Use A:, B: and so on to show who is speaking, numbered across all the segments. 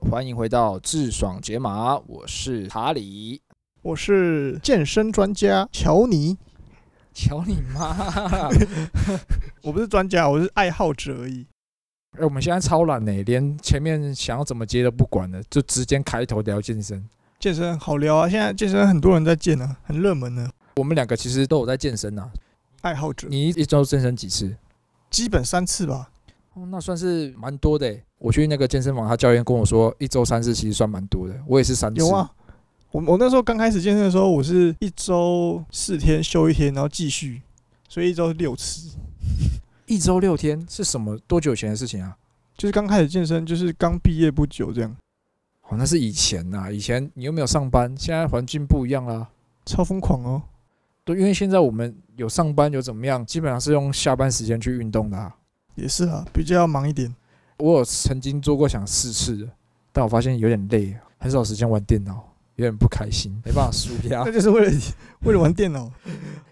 A: 欢迎回到智爽解码，我是查理。
B: 我是健身专家乔尼，
A: 瞧你 妈！
B: 我不是专家，我是爱好者而已。
A: 哎、我们现在超懒呢、连前面想要怎么接都不管了，就直接开头聊健身。
B: 健身好聊啊，现在健身很多人在健啊，很热门的
A: 我们两个其实都有在健身啊。
B: 爱好者，
A: 你一一周健身几次？
B: 基本三次吧。
A: 哦，那算是蛮多的、我去那个健身房，他教练跟我说，一周三次其实算蛮多的。我也是三次。
B: 有啊，我我那时候刚开始健身的时候，我是一周四天休一天，然后继续，所以一周六次。
A: 一周六天是什么？多久以前的事情啊？
B: 就是刚开始健身，就是刚毕业不久这样，
A: 哦，那是以前呐、以前你又没有上班，现在环境不一样啦。
B: 超疯狂哦。
A: 对，因为现在我们有上班有怎么样，基本上是用下班时间去运动的、啊。
B: 也是啊，比较忙一点。
A: 我有曾经做过想试吃的，但我发现有点累，啊很少时间玩电脑，有点不开心，没办法舒压。
B: 那
A: 哎、
B: 就是为了为了玩电脑，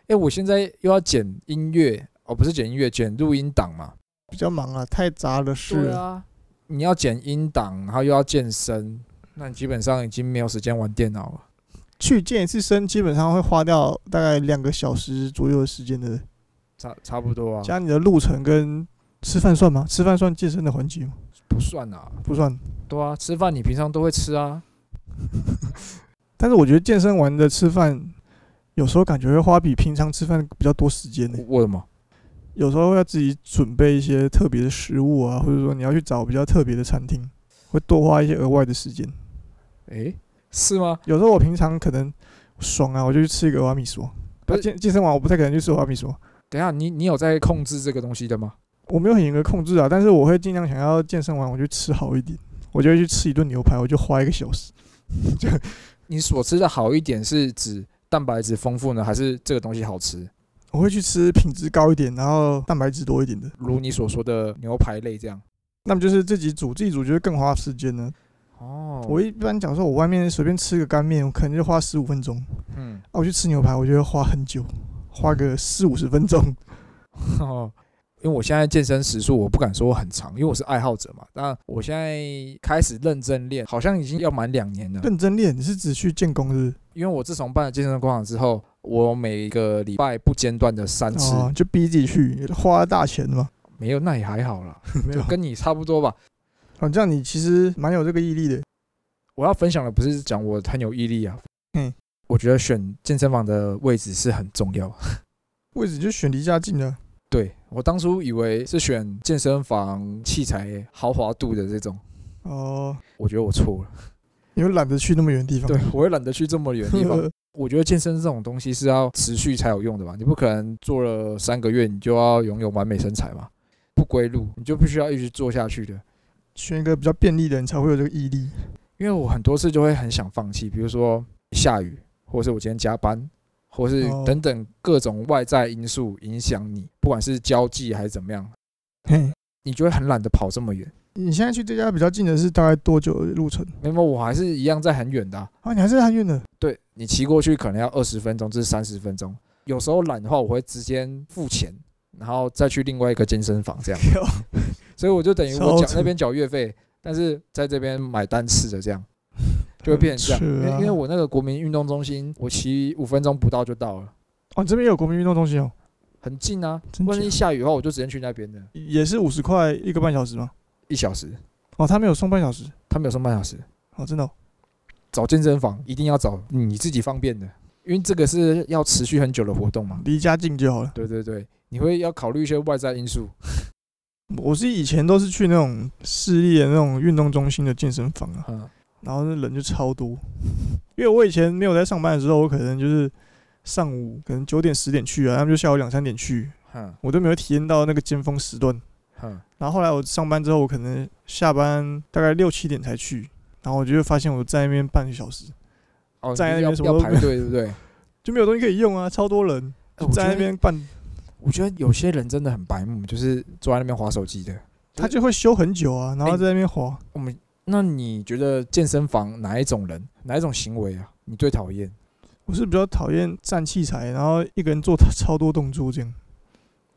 A: 我现在又要剪音乐，哦，不是剪音乐，剪录音档嘛。
B: 比较忙啊，太杂了事了。
A: 啊，你要剪音档，然后又要健身，那你基本上已经没有时间玩电脑了。
B: 去健一次身，基本上会花掉大概两个小时左右的时间的，
A: 差差不多啊，
B: 加你的路程跟吃饭算吗？吃饭算健身的环节吗？
A: 不算啊。
B: 不算。
A: 对啊，吃饭你平常都会吃啊。
B: 但是我觉得健身完的吃饭，有时候感觉会花比平常吃饭比较多时间呢、
A: 为什么？
B: 有时候要自己准备一些特别的食物啊，或者说你要去找比较特别的餐厅，会多花一些额外的时间。
A: 诶、是吗？
B: 有时候我平常可能爽啊，我就去吃一个瓦米索。
A: 不
B: 不
A: 是
B: 健健身完，我不太可能去吃瓦米索。
A: 等一下，你你有在控制这个东西的吗？
B: 我没有很严格控制啊，但是我会尽量想要健身完我就吃好一点，我就会去吃一顿牛排，我就花一个小时。
A: 你所吃的好一点是指蛋白质丰富呢，还是这个东西好吃？
B: 我会去吃品质高一点，然后蛋白质多一点的，
A: 如你所说的牛排类这样。
B: 那么就是自己煮，自己煮就会更花时间呢。
A: 哦
B: 我一般讲说，我外面随便吃个干面，我可能就花十五分钟，
A: 嗯，
B: 啊，我去吃牛排，我就会花很久，花个四五十分
A: 嗯
B: 钟。
A: 哦，因为我现在健身时数我不敢说我很长，因为我是爱好者嘛。但我现在开始认真练，好像已经要满两年了。
B: 认真练，你是指去建功日
A: 因为我自从办了健身工厂之后，我每个礼拜不间断的三次，
B: 哦，就逼自己去，花大钱嘛。
A: 没有那也还好啦，
B: 没有，
A: 跟你差不多吧。
B: 哦，这样你其实蛮有这个毅力的。
A: 我要分享的不是讲我很有毅力啊，
B: 嗯，
A: 我觉得选健身房的位置是很重要。
B: 位置就选离家近的，
A: 对我当初以为是选健身房器材豪华度的这种，
B: 哦，
A: 我觉得我错了。
B: 你会懒得去那么远的地方。
A: 对， 我也懒得去这么远的地 方。我觉得健身这种东西是要持续才有用的吧，你不可能做了三个月你就要拥有完美身材嘛，不归路，你就必须要一直做下去的。
B: 选一个比较便利的，你才会有这个毅力。
A: 因为我很多次就会很想放弃，比如说下雨，或者是我今天加班，或是
B: 哦
A: 等等各种外在因素影响你，不管是交际还是怎么样，
B: 嘿，
A: 你就会很懒得跑这么远。
B: 你现在去这家比较近的是大概多久的路程？
A: 那么我还是一样在很远的啊、
B: 啊，你还是很远的。
A: 对你骑过去可能要二十分钟至三十分钟，有时候懒的话，我会直接付钱，然后再去另外一个健身房 这样，
B: 哦
A: 所以我就等于我
B: 超
A: 缴
B: 扯
A: 那边缴月费，但是在这边买单次的这样，就会变成这样。
B: 很
A: 因
B: 扯
A: 为
B: 啊
A: 因为我那个国民运动中心，我骑五分钟不到就到了，
B: 哦，这边有国民运动中心哦，
A: 很近啊。
B: 真
A: 万
B: 假
A: 一下雨的话，我就直接去那边的，
B: 也是五十块一个半小时吗？
A: 一小时，
B: 哦，他没有送半小时。
A: 他没有上半小时。
B: 哦，真的、哦。
A: 找健身房一定要找你自己方便的，因为这个是要持续很久的活动嘛。
B: 离家近就好了。
A: 对对对，你会要考虑一些外在因 素。
B: 我是以前都是去那种市立的那种运动中心的健身房啊，
A: 嗯，
B: 然后那人就超多。因为我以前没有在上班的时候，我可能就是上午可能九点十点去啊，他们就下午两三点去，
A: 哼
B: 我都没有体验到那个尖峰时段。
A: 哼，
B: 然后后来我上班之后，我可能下班大概六七点才去，然后我就会发现我在那边半个小时
A: 哦，
B: 在那
A: 你
B: 边
A: 要
B: 什么
A: 要
B: 都
A: 排
B: 没有
A: 队，对不对？
B: 就没有东西可以用啊，超多人
A: 哎
B: 就
A: 我觉
B: 在那
A: 得
B: 边半，
A: 我觉得有些人真的很白目，就是坐在那边划手机的。
B: 他就会休很久啊，然后
A: 哎
B: 在那边滑。
A: 我们那你觉得健身房哪一种人，哪一种行为啊，你最讨厌？
B: 我是比较讨厌站器材，然后一个人做超多动作这样。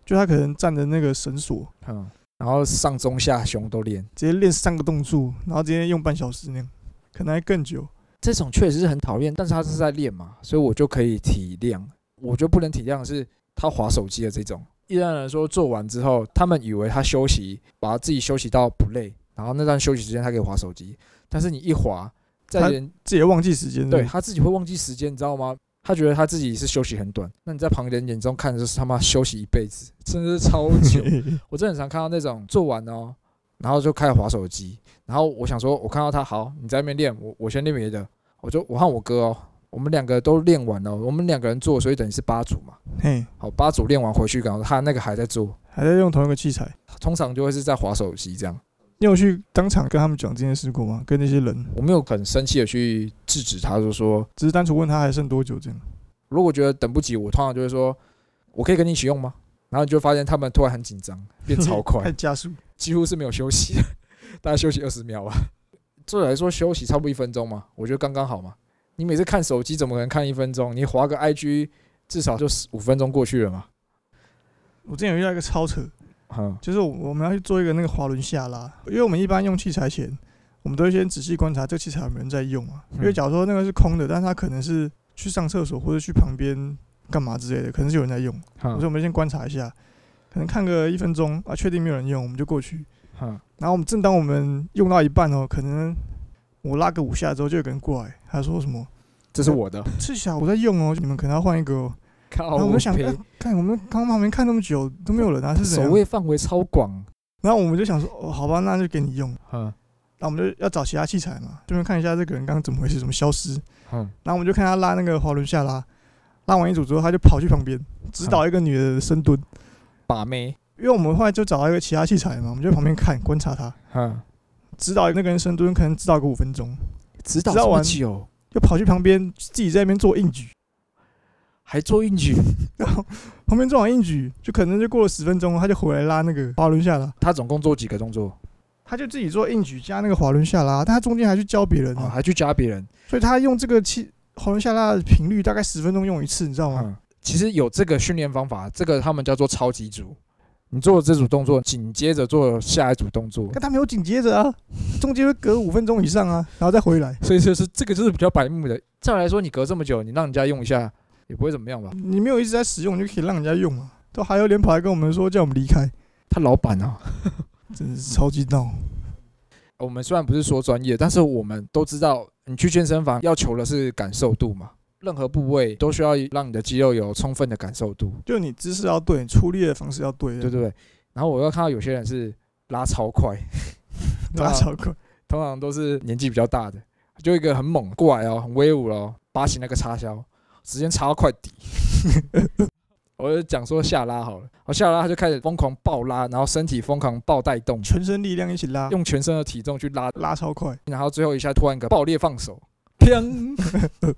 B: 就他可能站的那个绳索，
A: 嗯，然后上中下胸都练。
B: 直接练三个动作，然后直接用半小时那样，可能还更久。
A: 这种确实是很讨厌，但是他是在练嘛，所以我就可以体谅。我就不能体谅的是他划手机的这种。一般来说，做完之后，他们以为他休息，把自己休息到不累，然后那段休息时间他可以划手机，但是你一划，再
B: 他
A: 连
B: 自己忘记时间，
A: 对，他自己会忘记时间，你知道吗？他觉得他自己是休息很短，那你在旁人眼中看的就是他妈休息一辈子，真的是超久。我真的很常看到那种做完哦，然后就开始划手机，然后我想说，我看到他好，你在那边练，我我先练别的，我就我和我哥哦，我们两个都练完了，我们两个人做，所以等于是八组嘛。
B: 嘿，
A: 好，八组练完回去，然后他那个还在做，
B: 还在用同一个器材。
A: 通常就会是在划手机这样。
B: 你有去当场跟他们讲这件事过吗？跟那些人，
A: 我没有很生气的去制止他，就说
B: 只是单纯问他还剩多久这样。
A: 如果觉得等不及，我通常就会说，我可以跟你一起用吗？然后你就发现他们突然很紧张，变 超快
B: 还，加速，
A: 几乎是没有休息， 大家休息二十秒吧。这来说休息差不多一分钟嘛，我觉得刚刚好嘛。你每次看手机怎么可能看一分钟？你划个 IG 至少就五分钟过去了嘛。
B: 我之前有遇到一个超扯，
A: 嗯，
B: 就是我我们要去做一个那个滑轮下拉，因为我们一般用器材前，我们都会先仔细观察这个器材有没有人在用啊。
A: 嗯
B: 因为假如说那个是空的，但是他可能是去上厕所或者去旁边干嘛之类的，可能是有人在用，所以
A: 嗯
B: 我们先观察一下，可能看个一分钟啊，确定没有人用，我们就过去。
A: 嗯，
B: 然后我们正当我们用到一半哦，可能我拉个五下之后，就有个人过来，他说什么
A: 这是我的。
B: 这下我在用哦，你们可能要换一个哦。
A: 靠
B: 然后我们想，
A: 北
B: 哎看、我们刚旁边看那么久都没有人啊，是怎
A: 守
B: 样？
A: 卫范围超广。
B: 然后我们就想说，哦，好吧，那就给你用。
A: 嗯
B: 然后我们就要找其他器材嘛，顺便看一下这个人刚刚怎么回事，怎么消失。
A: 嗯，
B: 然后我们就看他拉那个滑轮下拉，拉完一组之后，他就跑去旁边指导一个女的深蹲，
A: 把妹。
B: 因为我们后来就找到一个其他器材嘛，我们就在旁边看观察他，
A: 嗯，
B: 指导那个人深蹲，可能指导个五分钟，
A: 指导
B: 指导
A: 这么
B: 完
A: 久，
B: 就跑去旁边自己在那边做硬举，
A: 还做硬举，
B: 然后 旁边做完硬举，就可能就过了十分钟，他就回来拉那个滑轮下拉，
A: 他总共做几个动作？
B: 他就自己做硬举加那个滑轮下拉，但他中间还去教别人、
A: 哦，
B: 啊，
A: 还去加别人。
B: 所以他用这个器滑轮下拉的频率大概十分钟用一次，你知道吗？
A: 嗯，其实有这个训练方法，这个他们叫做超级组。你做了这组动作，紧接着做下一组动作，
B: 但他没有紧接着啊，中间会隔五分钟以上啊，然后再回来。
A: 所以就是这个就是比较白目的。再来说，你隔这么久，你让人家用一下也不会怎么样吧？
B: 你没有一直在使用，你就可以让人家用啊。都还有脸跑来跟我们说叫我们离开，
A: 他老板啊，
B: 真是超级闹。
A: 我们虽然不是说专业，但是我们都知道，你去健身房要求的是感受度嘛，任何部位都需要让你的肌肉有充分的感受度，
B: 就你姿势要对，你出力的方式要对，
A: 对对对。然后我又看到有些人是拉超快，
B: 拉小快。
A: 通常都是年纪比较大的，就一个很猛过来哦，很威武哦，拔起那个插销，直接插到快底。 我就讲说下拉好了，我下拉他就开始疯狂爆拉，然后身体疯狂爆带动，
B: 全身力量一起拉，
A: 用全身的体重去拉，
B: 拉超快，
A: 然后最后一下突然一个爆裂放手，砰，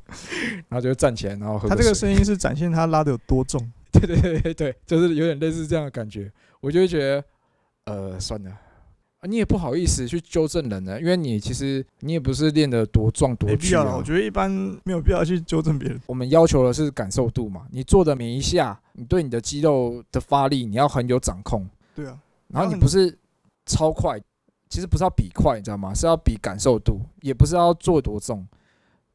A: 然后就站起来，然后喝
B: 他这个
A: 水
B: 声音是展现他拉的有多重。
A: 对对对对对，就是有点类似这样的感觉，我就会觉得，呃，算了。啊你也不好意思去纠正人啊呢，因为你其实你也不是练得多壮多
B: 没必
A: 巨
B: 要
A: 啊。
B: 了，我觉得一般没有必要去纠正别人。
A: 我们要求的是感受度嘛，你做的每一下，你对你的肌肉的发力，你要很有掌控。
B: 对啊，
A: 然后
B: 要
A: 你
B: 很
A: 不是超快，其实不是要比快，你知道吗？是要比感受度，也不是要做多重，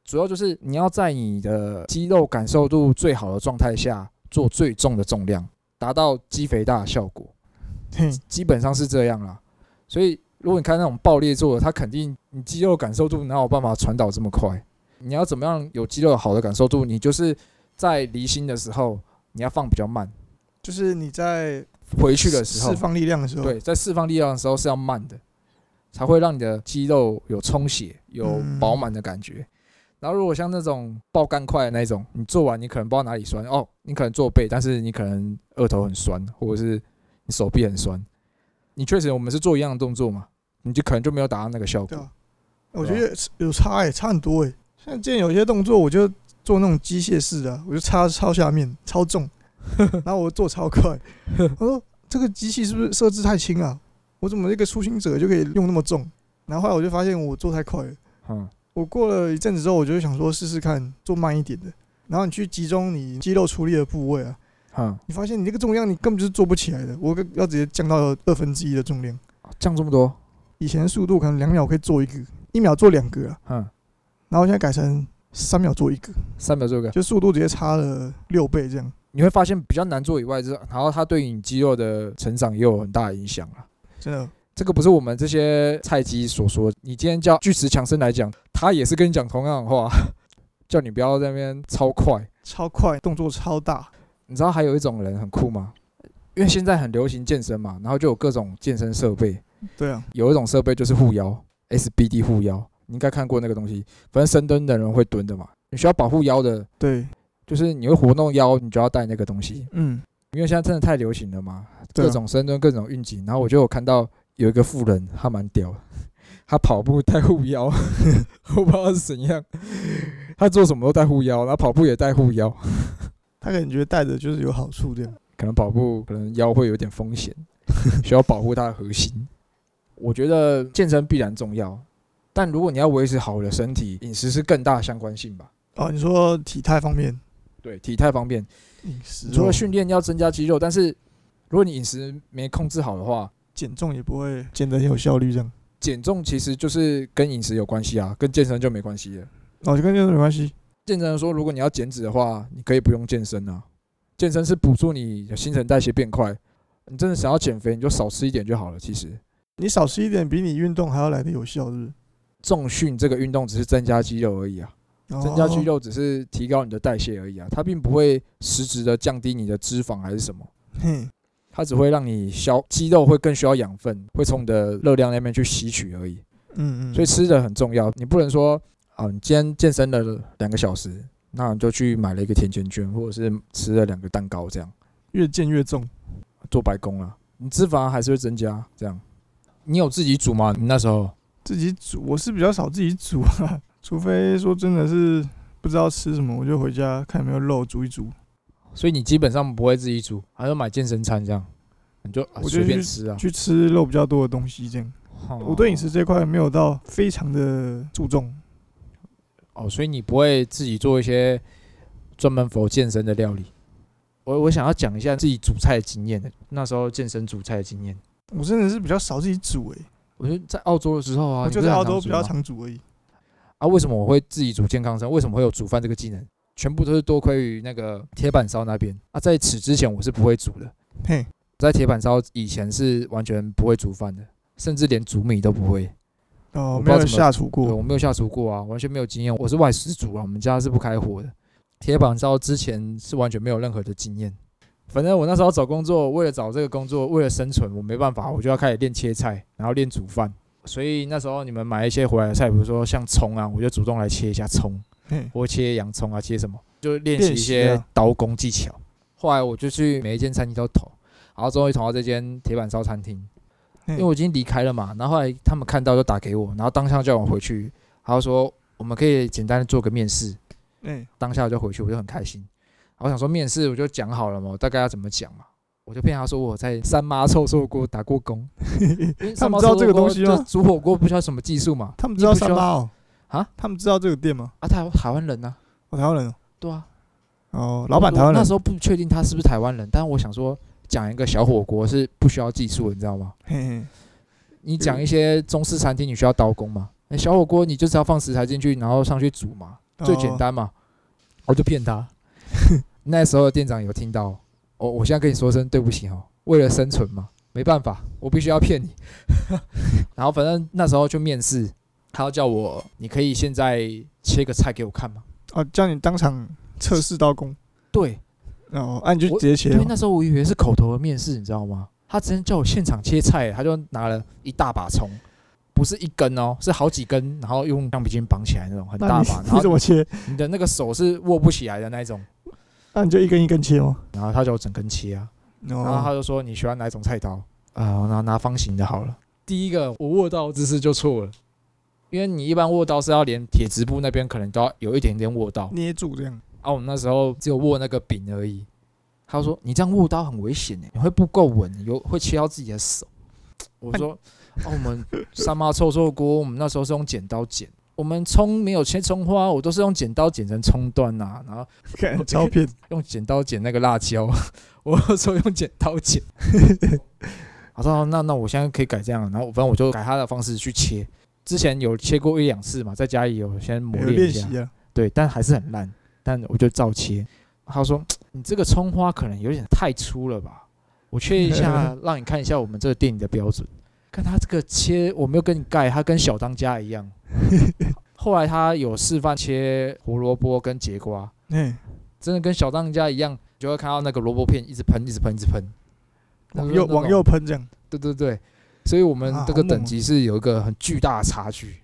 A: 主要就是你要在你的肌肉感受度最好的状态下做最重的重量，达到肌肥大的效果。
B: 嘿，
A: 基本上是这样啦。所以如果你看那种爆裂做的，它肯定你肌肉感受度哪有办法传导这么快？你要怎么样有肌肉好的感受度？你就是在离心的时候，你要放比较慢；
B: 就是你在
A: 回去的时候
B: 释，放力量的时候，
A: 对，在释放力量的时候是要慢的，才会让你的肌肉有充血、有
B: 嗯
A: 饱满的感觉。然后如果像那种爆干块的那种，你做完你可能不知道哪里酸哦，你可能做背，但是你可能额头很酸，或者是你手臂很酸。你确实我们是做一样的动作嘛，你就可能就没有达到那个效
B: 对
A: 果
B: 啊。我觉得有差哎、差很多哎、像之前有些动作，我就做那种机械式的啊，我就插超下面，超重， 然后我做超快。我说这个机器是不是设置太轻啊？我怎么一个初心者就可以用那么重？然后后来我就发现我做太快了。
A: 嗯，
B: 我过了一阵子之后，我就想说试试看做慢一点的。然后你去集中你肌肉出力的部位啊，
A: 哈，
B: 你发现你这个重量你根本就是做不起来的，我要直接降到二分之一的重量。
A: 降这么多，
B: 以前速度可能两秒可以做一个，一秒做两个啊，
A: 哈，
B: 然后现在改成三秒做一个，
A: 嗯三秒做一个，
B: 就速度直接差了六倍这样。
A: 你会发现比较难做以外，之然后它对你肌肉的成长也有很大的影响啊。
B: 真的，
A: 这个不是我们这些菜鸡所说的。你今天叫巨石强森来讲，他也是跟你讲同样的话， 叫你不要在那边超快。
B: 超快，动作超大，
A: 你知道还有一种人很酷吗？因为现在很流行健身嘛，然后就有各种健身设备，
B: 对啊，
A: 有一种设备就是护腰，SBD 护腰，你应该看过那个东西。反正深蹲的人会蹲的嘛，你需要保护腰的，
B: 对，
A: 就是你会活动腰，你就要带那个东西。
B: 嗯，
A: 因为现在真的太流行了嘛，
B: 对啊
A: 各种深蹲，各种运动。然后我就有看到有一个富人，他蛮屌 的，他跑步带护腰， 我不知道是怎样，他做什么都带护腰，然后跑步也带护腰，
B: 他感觉带着就是有好处这样。
A: 可能跑步可能腰会有点风险， 需要保护他的核心。我觉得健身必然重要，但如果你要维持好的身体，饮食是更大的相关性吧。
B: 哦，你说体态方面，
A: 对，体态方面，
B: 饮食
A: 除
B: 哦
A: 了训练要增加肌肉，但是如果你饮食没控制好的话，
B: 减重也不会减得很有效率这样。
A: 减重其实就是跟饮食有关系啊，跟健身就没关系了。
B: 哦，就跟这个没关系。
A: 健身说，如果你要减脂的话，你可以不用健身啊。健身是补助你的新陈代谢变快。你真的想要减肥，你就少吃一点就好了。其实
B: 你少吃一点，比你运动还要来的有效，是不是？
A: 重训这个运动只是增加肌肉而已啊，增加肌
B: 哦，
A: 肉只是提高你的代谢而已啊，它并不会实质的降低你的脂肪还是什么，
B: 嘿，
A: 它只会让你消肌肉会更需要养分，会从你的热量那边去吸取而已。
B: 嗯嗯，
A: 所以吃的很重要，你不能说啊，你今天健身了两个小时，那你就去买了一个甜甜圈，或者是吃了两个蛋糕，这样
B: 越减越重。
A: 做白工了，你脂肪还是会增加。这样，你有自己煮吗？你那时候
B: 自己煮，我是比较少自己煮啊， 除非说真的是不知道吃什么，我就回家看有没有肉煮一煮。
A: 所以你基本上不会自己煮，还要买健身餐这样，你就、啊
B: 我就
A: 随便
B: 去
A: 吃啊。
B: 去吃肉比较多的东西，这样。
A: 哦
B: 我对饮食这块没有到非常的注重，
A: 哦，所以你不会自己做一些专门否健身的料理。我我想要讲一下自己煮菜的经验的，那时候健身煮菜的经验。
B: 我真的是比较少自己煮诶、
A: 我觉得在澳洲的时候啊，
B: 我
A: 你
B: 哦就
A: 不是
B: 在澳
A: 很常
B: 洲
A: 煮
B: 比
A: 吗
B: 较常煮而已。
A: 啊，为什么我会自己煮健康餐？为什么会有煮饭这个技能？全部都是多亏于那个铁板烧那边啊。在此之前，我是不会煮的。
B: 嘿，
A: 在铁板烧以前是完全不会煮饭的，甚至连煮米都不会。
B: 哦
A: 我，不知
B: 没
A: 道
B: 有
A: 怎
B: 人
A: 么
B: 下厨
A: 我
B: 过，
A: 我没有下厨过啊，完全没有经验。我是外食主啊，我们家是不开火的。铁板烧之前是完全没有任何的经验。反正我那时候找工作，为了找这个工作，为了生存，我没办法，我就要开始练切菜，然后练煮饭。所以那时候你们买一些回来的菜，比如说像葱啊，我就主动来切一下葱。
B: 嘿，
A: 或切洋葱啊，切什么，就练习
B: 练
A: 一
B: 习
A: 些
B: 啊
A: 刀工技巧。后来我就去每一间餐厅都投，然后终于投到这间铁板烧餐厅，
B: 嘿
A: 因为我已经离开了嘛。然后后来他们看到就打给我，然后当下叫我回去，然后说我们可以简单的做个面试，
B: 嘿，
A: 当下我就回去，我就很开心。然后我想说面试我就讲好了嘛，我大概要怎么讲嘛，我就骗他说我在三妈臭臭锅打过工，因为
B: 他
A: 三妈
B: 们知道
A: 臭
B: 这个
A: 臭锅
B: 东西
A: 就
B: 吗
A: 煮火锅不需要什么技术嘛，
B: 他们
A: 你
B: 知道
A: 不需
B: 三
A: 要
B: 八哦，
A: 啊，
B: 他们知道这个店吗？
A: 啊台台湾人呐、
B: 哦，台湾人哦
A: 对啊，
B: 哦，老板
A: 我
B: 台湾
A: 那
B: 人
A: 时，候不确定他是不是台湾人，但我想说讲一个小火锅是不需要技术的，你知道吗？
B: 嘿嘿，
A: 你讲一些中式餐厅，你需要刀工嘛？那小火锅你就只要放食材进去，然后上去煮嘛，
B: 哦
A: 最简。单嘛。我就骗他。 那时候店长有听到，我、我现在跟你说声对不起哦，为了生存嘛，没办法，我必须要骗你。 然后反正那时候去面试，他要叫我，你可以现在切个菜给我看吗？
B: 哦，叫你当场测试刀工，
A: 对，
B: 哦，啊，你就
A: 我
B: 直接切
A: 因为
B: 嘛，
A: 那时候我以为是口头的面试，你知道吗？他直接叫我现场切菜，他就拿了一大把葱，不是一根哦，是好几根，然后用橡皮筋绑起来那种很
B: 那
A: 大
B: 你
A: 把，然
B: 你怎
A: 后
B: 么切？
A: 你的那个手是握不起来的那一种，
B: 那你就一根一根切哦吗？
A: 然后他就整根切啊，然后他
B: 哦，
A: 就说你喜欢哪一种菜刀啊？然后拿方形的好了。第一个我握刀姿势就错了，因为你一般握刀是要连铁质部那边可能都要有一点点握到，
B: 捏住这样，
A: 啊，我们那时候只有握那个柄而已。他说：“你这样握刀很危险欸诶，你会不够稳，有会切到自己 的手。”我说：“哦，我们三妈臭臭锅，我们那时候是用剪刀剪。”我们葱没有切葱花，我都是用剪刀剪成葱段呐、然后
B: 看照片，
A: 用剪刀剪那个辣椒， 我说用剪刀剪。 他说那那我现在可以改这样，然后反正我就改他的方式去切。之前有切过一两次嘛，在家里有先磨
B: 有
A: 练
B: 练
A: 一下，
B: 习啊，
A: 对，但还是很烂，但我就照切。他说：“你这个葱花可能有点太粗了吧？”我确认一 下，让你看一下我们这个店里的标准。看他这个切，我没有跟你盖，他跟小当家一样。 后来他有示范切胡萝卜跟节瓜，
B: 哎，
A: 真的跟小当家一样，就会看到那个萝卜片一直喷，一直喷，一直喷。
B: 往
A: 他
B: 右
A: 说那
B: 往
A: 种
B: 右喷这样。
A: 对对对，所以我们
B: 啊
A: 这个
B: 好猛
A: 等
B: 哦
A: 级是有一个很巨大的差距。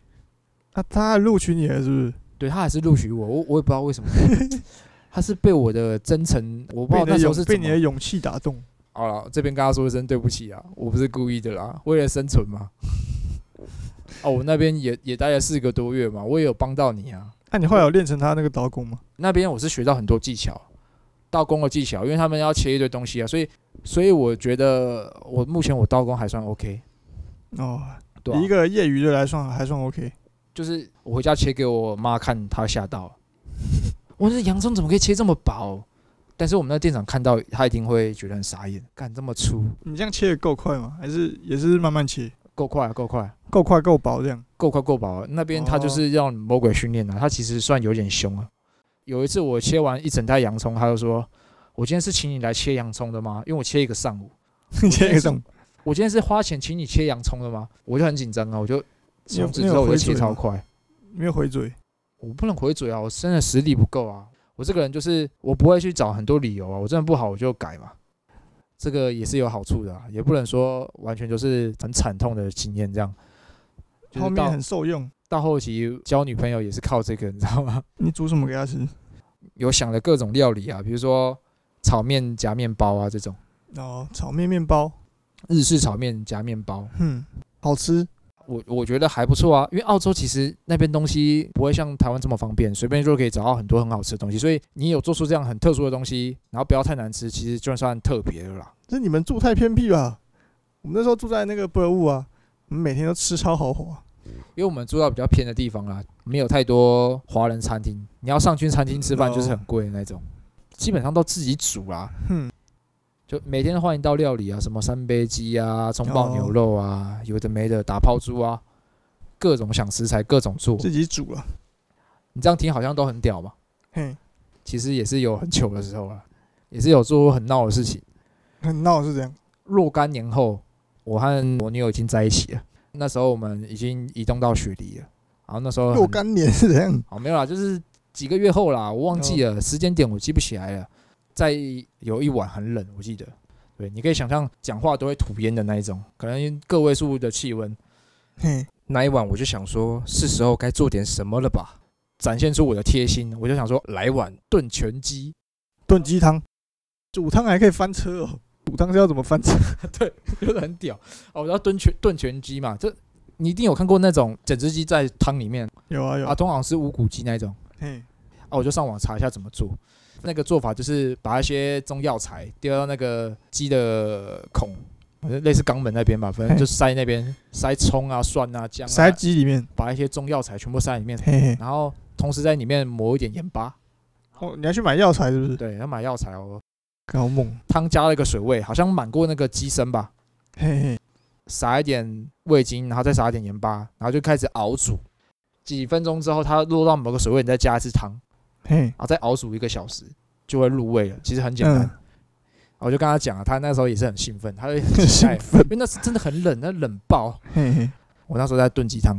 B: 那啊他还录取你了是不是？
A: 对他还是录取我，我我也不知道为什么， 他是被我的真诚，我不知
B: 被
A: 道
B: 你
A: 那
B: 的
A: 时候
B: 勇
A: 是
B: 被
A: 怎么
B: 你的勇气打动。
A: 好了，这边跟他说一声对不起啊，我不是故意的啦，为了生存 嘛。哦，我那边也也待了四个多月嘛，我也有帮到你啊。
B: 那你后来有练成他那个刀工吗？
A: 那边我是学到很多技巧，刀工的技巧，因为他们要切一堆东西啊，所以所以我觉得我目前我刀工还算 OK，
B: 哦，
A: 对、啊，
B: 以一个业余的来算还算 OK。
A: 就是我回家切给我妈看，她吓到， 我那洋葱怎么可以切这么薄？但是我们那店长看到，他一定会觉得很傻眼，干这么粗，
B: 你这样切的够快吗？还是也是慢慢切？
A: 够快啊，够快啊。
B: 够快够薄这样？
A: 够快够饱了。那边他就是让魔鬼训练啊，他其实算有点凶啊。有一次我切完一整袋洋葱，他就说：“我今天是请你来切洋葱的吗？因为我切一个上午，
B: 切一种，
A: 我今天是花钱请你切洋葱的吗？”我就很紧张啊，我就
B: 你有
A: 从此
B: 你
A: 之
B: 有
A: 后我就
B: 回
A: 切
B: 嘴
A: 超
B: 吗
A: 快，
B: 没有回嘴。
A: 我不能回嘴啊，我真的实力不够啊。我这个人就是我不会去找很多理由啊，我真的不好我就改嘛。这个也是有好处的、啊，也不能说完全就是很惨痛的经验这样。就是
B: 后面
A: 到
B: 很受用。
A: 到后期交女朋友也是靠这个，你知道吗？
B: 你煮什么给他吃？
A: 有想了各种料理啊，比如说炒面夹面包啊这种，
B: 哦，炒面面包，
A: 日式炒面夹面包，
B: 哼，好吃。
A: 我我觉得还不错啊。因为澳洲其实那边东西不会像台湾这么方便，随便就可以找到很多很好吃的东西，所以你有做出这样很特殊的东西，然后不要太难吃，其实就算特别了啦。
B: 这你们住太偏僻吧？我们那时候住在那个布尔物啊，我们每天都吃超豪华。
A: 因为我们住到比较偏的地方啦，没有太多华人餐厅，你要上去餐厅吃饭就是很贵的那种，基本上都自己煮啦。
B: 哼，
A: 就每天换一道料理啊，什么三杯鸡啊、葱爆牛肉啊，有的没的，打抛猪啊，各种想食材，各种做。
B: 自己煮啊了。
A: 你这样听好像都很屌嘛，
B: 嘿，
A: 其实也是有很糗的时候啊，也是有做过很闹的事情。
B: 很闹是这样。
A: 若干年后，我和我女友已经在一起了，那时候我们已经移动到雪梨了。然后那时候
B: 若
A: 很
B: 干年是这样。
A: 哦，没有啦，就是几个月后啦，我忘记了、时间点，我记不起来了。在有一晚很冷，我记得，对，你可以想象讲话都会吐烟的那一种，可能个位数的气温。
B: 嘿，
A: 那一晚我就想说，是时候该做点什么了吧，展现出我的贴心。我就想说，来碗炖全鸡，
B: 炖鸡汤，煮汤还可以翻车哦。煮汤是要怎么翻车？
A: 就是很屌哦。我要炖全炖全鸡嘛，这你一定有看过那种整只鸡在汤里面
B: 有啊有
A: 啊，。通常是无骨鸡那一种。
B: 嘿，
A: 啊，我就上网查一下怎么做。那个做法就是把一些中药材丢到那个鸡的孔，反正类似肛门那边吧，反正就塞那边塞葱啊、蒜啊、姜
B: 塞
A: 啊，
B: 鸡里面。
A: 把一些中药材全部塞里面，
B: 嘿嘿。
A: 然后同时在里面磨一点盐巴。
B: 哦，你要去买药材是不是？
A: 对，要买药材哦。
B: 好猛。
A: 汤加了一个水味，好像满过那个鸡身吧，
B: 嘿嘿。
A: 撒一点味精，然后再撒一点盐巴，然后就开始熬煮。几分钟之后，它落到某个水位，你再加一次汤，
B: 嘿。
A: 然后再熬煮一个小时，就会入味了。其实很简单。
B: 嗯
A: 我就跟他讲啊，他那时候也是很兴奋， 他就很期待，因为那是真的很冷，那冷爆。
B: 嘿嘿。
A: 我那时候在炖鸡汤，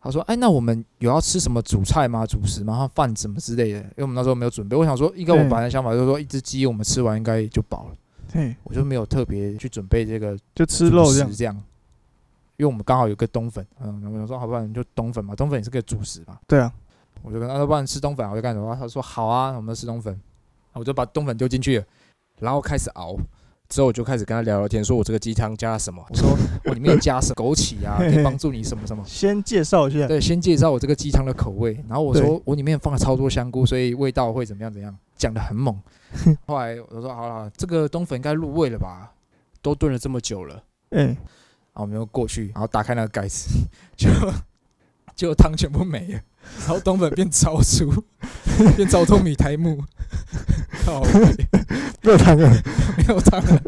A: 他说：“哎，那我们有要吃什么主菜吗？主食吗？饭什么之类的？”因为我们那时候没有准备。我想说，一个我
B: 对
A: 本来的想法就是说，一只鸡我们吃完应该就饱了，
B: 嘿，
A: 我就没有特别去准备这个
B: 就吃肉
A: 主
B: 这
A: 食
B: 样。
A: 这样。因为我们刚好有个冬粉，嗯，然后我想说，好不然就冬粉嘛，冬粉也是个主食嘛。
B: 对啊。
A: 我就跟他说，要不然吃冬粉啊，我就干什么？他说好啊，我们吃冬粉。我就把冬粉丢进去了，然后开始熬。
C: 之后我就开始跟他聊聊天，说我这个鸡汤加了什么。
A: 我说 我里面有加什枸杞 啊，可
B: 嘿嘿
A: 以帮助你什么什么。
B: 先介绍一下。
A: 对，先介绍我这个鸡汤的口味，然后我说
B: 对
A: 我里面放了超多香菇，所以味道会怎么样怎么样，讲的很 猛。后来我就说好了，这个冬粉应该入味了吧？
C: 都炖了这么久了，
B: 哎，
A: 然后我们就过去，然后打开那个盖子，就结果汤全部没了，然后冬粉变超粗， 变超透米苔木， 靠北，
B: 热汤 啊，
A: 没有汤了，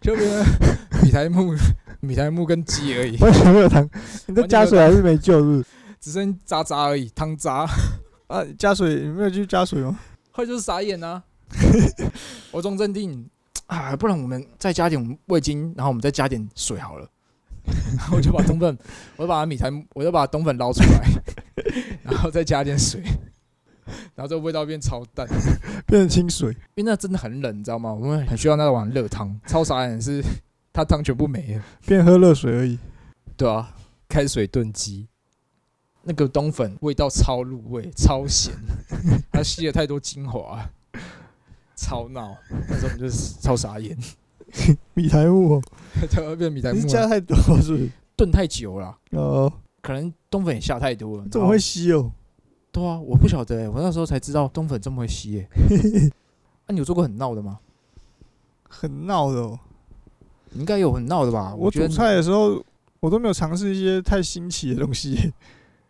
A: 就变成米苔木、米苔木跟鸡而已，
B: 完全热汤，你这加水还是没救是不是？
A: 只剩渣渣而已，汤渣。
B: 啊，加水你没有去加水吗？
A: 后来就是傻眼啊！我中镇定啊，不然我们再加点味精，然后我们再加点水好了。然后我就把冬粉，我就把米苔，我就把冬粉捞出来，然后再加点水，然后这味道变超淡，
B: 变成清水，
A: 因为那真的很冷，你知道吗？我们很需要那碗热汤。超傻眼的是，它汤全部没了。
B: 变喝热水而已。
A: 对啊，
C: 开水炖鸡，
A: 那个冬粉味道超入味，超 咸，它吸了太多精华了，超闹。那时候我们就是超傻 眼。
B: 米苔木哦，
A: 才会变米苔
B: 你
A: 木
B: 是
A: 啊。
B: 加太多是不是？
A: 炖太久了啊，
B: 哦，
A: 可能冬粉也下太多了。
B: 这么会吸哦？
A: 然后？对啊，我不晓得、欸，我那时候才知道冬粉这么会吸、欸。 那、你有做过很闹的吗？
B: 很闹的哦。
A: 你应该有很闹的吧？
B: 我
A: 觉得
B: 煮
A: 你
B: 菜的时候，我都没有尝试一些太新奇的东西，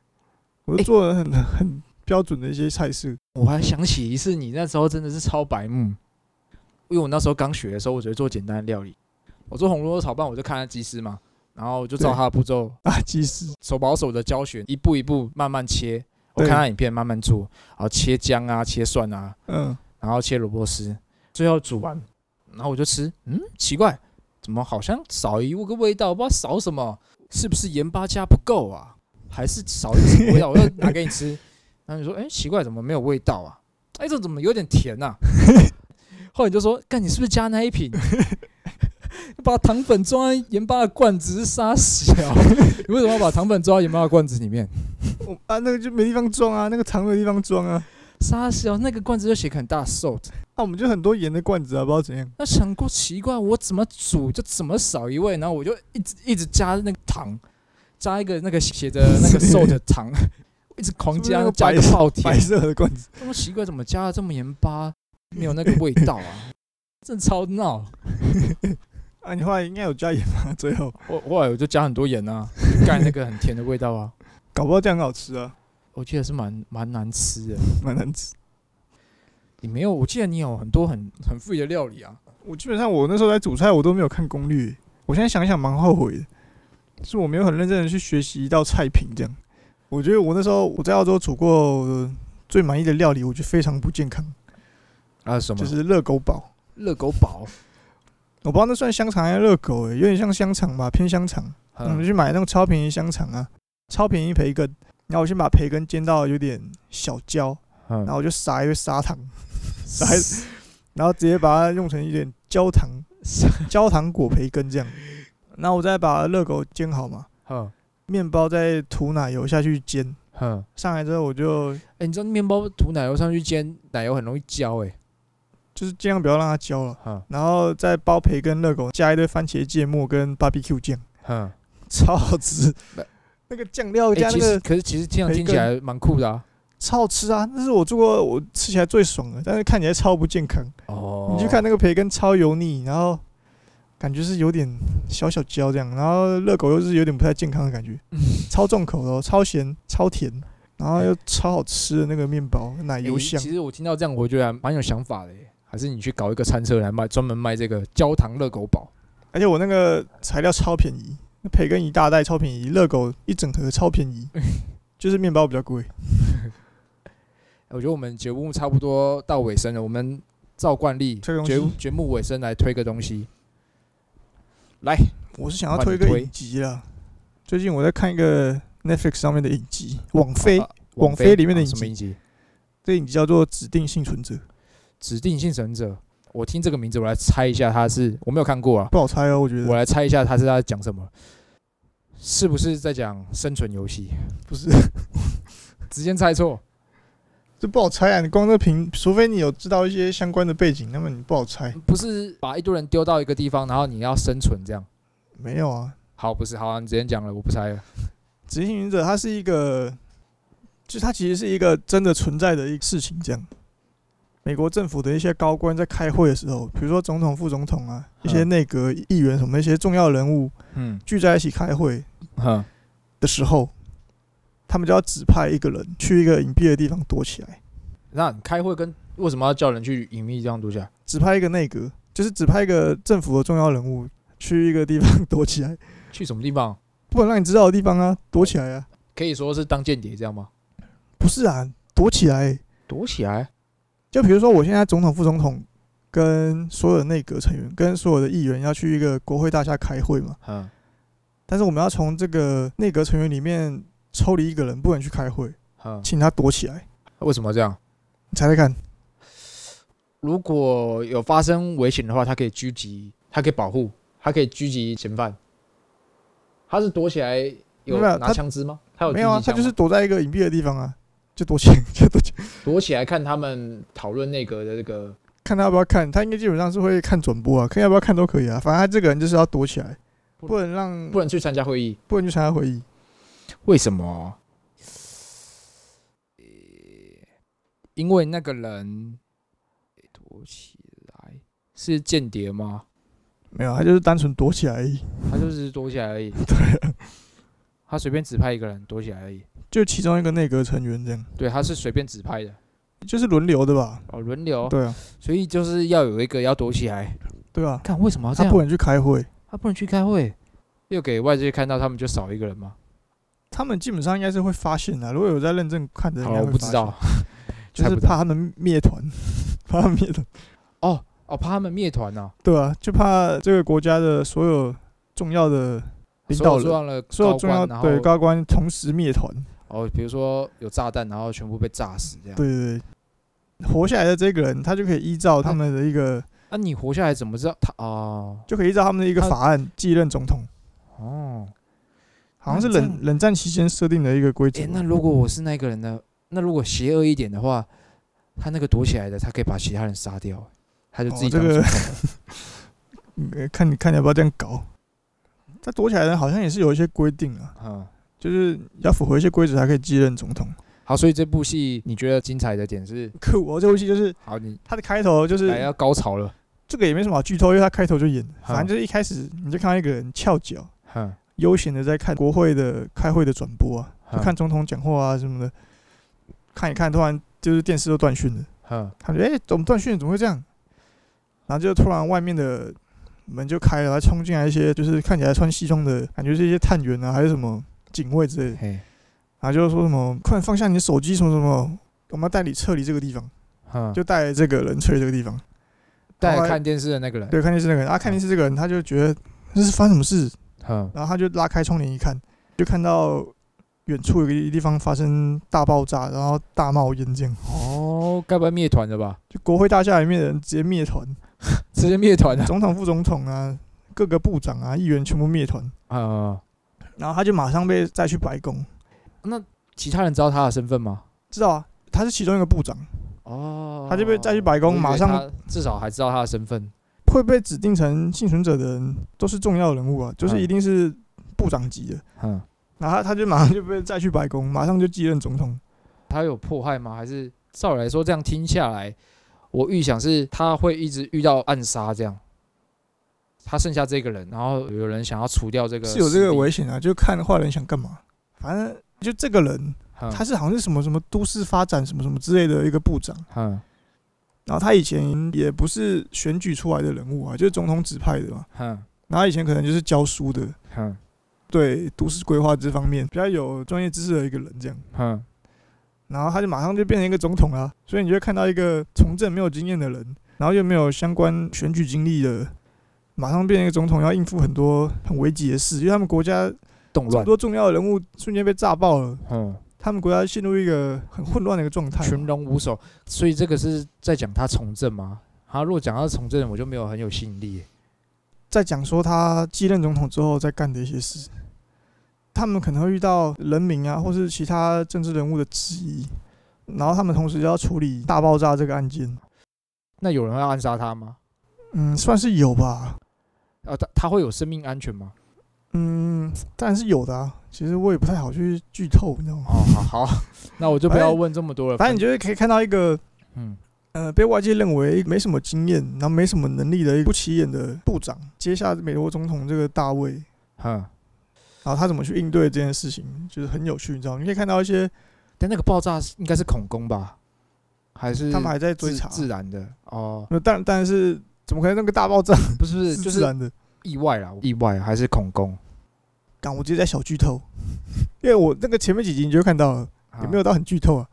B: 我都做的很很标准的一些菜式。
A: 我还想起一次，你那时候真的是超白目，因为我那时候刚学的时候，我只会做简单的料理，我做红萝卜炒饭，我就看他技师嘛，然后我就照
B: 对
A: 他的步骤，
B: 啊，鸡丝
A: 手把手的教学，一步一步慢慢切。我
B: 对
A: 看他影片慢慢做，然后切姜啊，切蒜啊，
B: 嗯，
A: 然后切萝卜丝，最后煮完，然后我就吃，嗯，奇怪，怎么好像少一个味道，不知道少什么，是不是盐巴加不够啊？还是少一个什么味道？我就拿给你吃，然后你说，哎，奇怪，怎么没有味道啊？哎，这怎么有点甜呐、啊？ 后来你就说，干，你是不是加那一瓶？ 把糖粉装在盐巴的罐子是杀小， 你为什么要把糖粉装到盐巴的罐子里面？
B: 我啊那个就没地方装啊，那个糖没地方装啊。
A: 杀小，那个罐子就写很大 salt，
B: 啊，我们就很多盐的罐子啊，不知道怎样。
A: 那想过奇怪，我怎么煮就怎么少一味，然后我就一直一直加那个糖，加一个那个写着那个瘦的糖， 一直狂
B: 是不是那
A: 加
B: 个
A: 加一个
B: 白
A: 爆
B: 白
A: 甜。
B: 色的罐子，
A: 那么奇怪，怎么加了这么盐巴，没有那个味道啊？真的超闹！
B: 啊，你后来应该有加盐吧？最后，
A: 我后来我就加很多盐啊，盖那个很甜的味道啊。
B: 搞不好这样很好吃啊，
A: 我记得是蛮蛮难吃的。
B: 蛮难吃。
A: 你没有？我记得你有很多很很富裕的料理啊。
B: 我基本上我那时候在煮菜，我都没有看攻略。我现在想一想，蛮后悔的，是我没有很认真的去学习一道菜品这样。我觉得我那时候我在澳洲煮过最满意的料理，我觉得非常不健康，
C: 啊什么？
B: 就是热狗堡。
A: 热狗堡，
B: 我不知道那算香肠还是热狗、欸，有点像香肠吧，偏香肠。我
A: 嗯，
B: 们去买那种超便宜香肠啊，超便宜培根，然后我先把培根煎到有点小焦，
C: 嗯
B: 然 后我就撒一堆砂糖，撒一，然后直接把它用成一点焦 糖焦糖果培根这样。然后我再把热狗煎好嘛，
C: 哼
B: 面包再涂奶油下去煎，
C: 哼，
B: 上来之后我就
A: 哎、你知道面包涂奶油上去煎，奶油很容易焦哎、
B: 就是尽量不要让它焦了，
C: 哼
B: 然后再包培根热狗，加一堆番茄芥末跟 BBQ 酱，
C: 哼。
B: 超好吃。那个酱料
A: 欸
B: 加那
A: 其实
B: 个
A: 可是其实听
B: 培
A: 听起来蛮酷的啊。
B: 超好吃啊！那是我做过我吃起来最爽的，但是看起来超不健康。
C: 哦
B: 你去看那个培根超油腻，然后感觉是有点小小焦这样，然后热狗又是有点不太健康的 感觉，超重口的、哦，超咸、超甜，然后又超好吃的那个面包，奶
A: 欸
B: 油香
A: 其。实我听到这样，我觉得还蛮有想法的耶。还是你去搞一个餐车来卖，专门卖这个焦糖热狗堡。
B: 而且我那个材料超便宜，那培根一大袋超便宜，热狗一整盒超便 宜，就是面包比较贵。
A: 哎我觉得我们节目差不多到尾声了，我们照惯例
B: 推东西
A: 节目节目尾声来推个东西。来，
B: 我是想要
A: 换你
B: 推一个
A: 推
B: 影集啦，最近我在看一个 Netflix 上面的影集《网飞》
A: 啊
B: 网飞里面的
A: 啊
B: 影集
A: 什么影集？
B: 这个影集叫做《指定幸存者》，
A: 指定幸存者。我听这个名字，我来猜一下，它是我没有看过啊，
B: 不好猜哦，我觉得
A: 我来猜一下它是在讲什么？是不是在讲生存游戏？
B: 不是，
A: 直接猜错。
B: 这不好猜啊！你光这评，除非你有知道一些相关的背景，那么你不好猜。
A: 不是把一堆人丢到一个地方，然后你要生存这样。
B: 没有啊，
A: 好，不是好、啊，你之前讲了，我不猜了。
B: 《执行者》它是一个，就它其实是一个真的存在的一个事情。这样，美国政府的一些高官在开会的时候，比如说总统、副总统啊，一些
A: 嗯
B: 内阁议员什么那些重要人物
A: 嗯
B: 聚在一起开会
A: 哼，
B: 的时候，他们就要指派一个人去一个隐蔽的地方躲起来，
A: 那你开会跟为什么要叫人去隐秘地方读起来？
B: 指派一个内阁，就是指派一个政府的重要人物去一个地方 躲起来，
A: 去什么地方？
B: 不能让你知道的地方啊，躲起来啊，
A: 可以说是当间谍这样吗？
B: 不是啊，躲起来、
A: 躲起来？
B: 就比如说，我现在总统、副总统跟所有的内阁成员、跟所有的议员要去一个国会大厦开会嘛，
A: 嗯，
B: 但是我们要从这个内阁成员里面抽离一个人，不能去开会，
A: 嗯，
B: 请他躲起来。
A: 为什么这样？
B: 你猜猜看，
A: 如果有发生危险的话，他可以狙击，他可以保护，他可以狙击嫌犯。他是躲起来有
B: 没有啊
A: 拿
B: 他
A: 枪支吗？他有狙
B: 没有啊？
A: 击
B: 他
A: 枪
B: 就是
A: 吗
B: 躲在一个隐蔽的地方啊，就躲起来， 就躲起来，
A: 躲起来看他们讨论内阁的这个。
B: 看他要不要看。他应该基本上是会看转播啊，看要不要看都可以啊。反正他这个人就是要躲起来，
A: 不
B: 不能让
A: 不能去参加会议，
B: 不能去参加会议。
A: 为什么？呃因为那个人躲起来是间谍吗？
B: 没有，他就是单纯躲起来而已。
A: 他就是躲起来 而已。
B: 对啊，
A: 他随便指派一个人躲起来而已。
B: 就其中一个内阁成员这样，
A: 对，他是随便指派的
B: 就是轮流的吧？
A: 哦，轮流。
B: 对啊，
A: 所以就是要有一个要躲起来。
B: 对啊，
A: 看为什么要这
B: 他
A: 样？
B: 不能去开会。
A: 他不能去开会，又给外界看到，他们就少一个人吗？
B: 他们基本上应该是会发现啊的，如果有在认真看的，
A: 好
B: 应该
A: 了，
B: 会
A: 我不
B: 发
A: 知
B: 现
A: 道，
B: 就
A: 猜
B: 是
A: 不到
B: 怕他们灭团， 怕他们灭团，
A: 哦哦，怕他们灭团呢。
B: 对啊，就怕这个国家的所有重要的领
A: 所有
B: 导人，
A: 重要的
B: 所有
A: 高
B: 重要
A: 官，然
B: 对
A: 后
B: 高官同时灭团，
A: 哦，比如说有炸弹，然后全部被炸死这样。
B: 对对对，活下来的这个人，他就可以依照他们的一个，
A: 那、啊你活下来怎么知道他？哦
B: 就可以依照他们的一个
A: 他
B: 法案继任总统，
A: 哦，
B: 好像是
A: 那这
B: 冷
A: 样
B: 冷战期间设定的一个规
A: 诶、
B: 则。
A: 那如果我是那个人呢？那如果邪恶一点的话，他那个躲起来的，他可以把其他人杀掉，欸他就自己
B: 哦这
A: 当总
B: 个
A: 统了。
B: 呃看你看你要不要这样搞？他躲起来的人好像也是有一些规定啊，
A: 嗯，
B: 就是要符合一些规则才可以继任总统。
A: 好，所以这部戏你觉得精彩的点是？
B: 酷哦！这部戏就是
A: 好，你
B: 它的开头就
A: 来
B: 是
A: 要高潮了。
B: 这个也没什么好剧透，因为它开头就演，
A: 好
B: 反正就是一开始你就看到一个人翘脚
A: 哼、
B: 悠闲的在看国会的开会的转播啊，
A: 哼
B: 就看总统讲话啊什么的，看一看，突然就是电视都断讯了，
A: 哼，
B: 感觉哎、怎么断讯？怎么会这样？然后就突然外面的门就开了，还冲进来一些就是看起来穿西装的，感觉是一些探员啊，还是什么警卫之类的，
A: 嘿，
B: 然后就说什么快放下你的手机什么什么，我们要带你撤离这个地方，
A: 哼，
B: 就带这个人撤离这个地方。
A: 带
B: 后
A: 来
B: 来
A: 看电视的那个人，
B: 对，看电视那个人，啊，看电视这个人，他就觉得这是发生什么事，
A: 哼，
B: 然后他就拉开窗帘一看，就看到远处有个地方发生大爆炸，然后大冒烟这样，
A: 哦，该不会灭团了吧？
B: 就国会大厦里面的人直接灭团，
A: 直接灭团了。
B: 总统、副总统啊，各个部长啊，议员全部灭团，
A: 啊、
B: 然后他就马上被载去白宫，
A: 其他人知道他的身份吗？
B: 知道啊，他是其中一个部长，
A: 哦，
B: 他就被载去白宫
A: 我以为
B: 马上
A: 他至少还知道他的身份。
B: 会被指定成幸存者的人都是重要人物啊，就是一定是部长级的，
A: 嗯，
B: 然后他他就马上就被载去白宫，马上就继任总统。
A: 他有迫害吗？还是照理来说，这样听下来，我预想是他会一直遇到暗杀这样。他剩下这个人，然后有人想要除掉这个势
B: 是
A: 力，
B: 有这个危险啊，就看坏人想干嘛。反正就这个人，
A: 嗯，
B: 他是好像是什么什么都市发展什么什么之类的一个部长，
A: 嗯
B: 然后他以前也不是选举出来的人物啊，就是总统指派的嘛。
A: 嗯
B: 然后他以前可能就是教书的，
A: 嗯
B: 对都市规划这方面比较有专业知识的一个人这样。
A: 嗯，
B: 然后他就马上就变成一个总统啦，所以你就会看到一个从政没有经验的人，然后又没有相关选举经历的，马上变成一个总统，要应付很多很危急的事，因为他们国家
A: 动
B: 很
A: 乱，
B: 多重要的人物瞬间被炸爆了。
A: 嗯，
B: 他们国家陷入一个很混乱的一个状态。
A: 群龙无首，所以这个是在讲他从政吗？他如果讲他从政，我就没有很有吸引力耶。
B: 在讲说他继任总统之后在干的一些事，他们可能会遇到人民啊，或是其他政治人物的质疑，然后他们同时要处理大爆炸这个案件。
A: 那有人会暗杀他吗？
B: 嗯，算是有吧。
A: 啊，他他会有生命安全吗？
B: 嗯，当然是有的啊。其实我也不太好去剧透，你知道吗？
A: 哦，好，好， 那我就不要问这么多了。
B: 反正你就会可以看到一个
A: 嗯，
B: 呃被外界认为没什么经验，然后没什么能力的一个不起眼的部长接下美国总统这个大位，
A: 哼，
B: 然后他怎么去应对这件事情，就是很有趣，你知道吗？你可以看到一些
A: 但那个爆炸是应该是恐攻吧？还是
B: 他们还在追
A: 自
B: 查，
A: 自然的哦？
B: 那但但是怎么可能那个大爆炸
A: 不是不是，就
B: 自
A: 是
B: 然的？
A: 意外啦，意外还是恐攻？
B: 干，我直接在小剧透，因为我那个前面几集你就看到了，也没有
A: 啊
B: 到很剧透啊，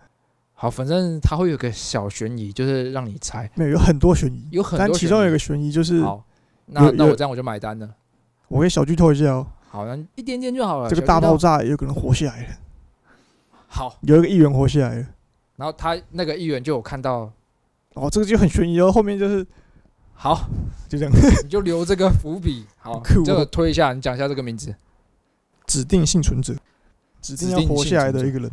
A: 好，反正它会有个小悬疑，就是让你猜。
B: 没有有很多悬疑，
A: 有很多
B: 但其
A: 悬
B: 中
A: 疑
B: 有一个悬疑就是，
A: 好，那
B: 有
A: 那
B: 有
A: 我这样我就买单了。
B: 我可以小剧透一下哦，
A: 好，那一点点就好了。
B: 这个
A: 啊小
B: 大
A: 心到
B: 爆炸也有可能活下来了，
A: 好，
B: 有一个议员活下来了，
A: 然后他那个议员就有看到，
B: 哦，这个就很悬疑哦，后面就是
A: 好，
B: 就这样
A: 你就留这个伏笔。 好
B: 酷哦，
A: 这个推一下，你讲一下这个名字。
B: 指定幸存者，指定要
A: 指定
B: 活
A: 幸
B: 下来的
A: 存者
B: 一个人。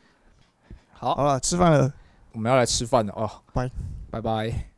A: 好
B: 好，了，吃饭了。
A: 我们要来吃饭了哦，
B: 拜
A: 拜拜。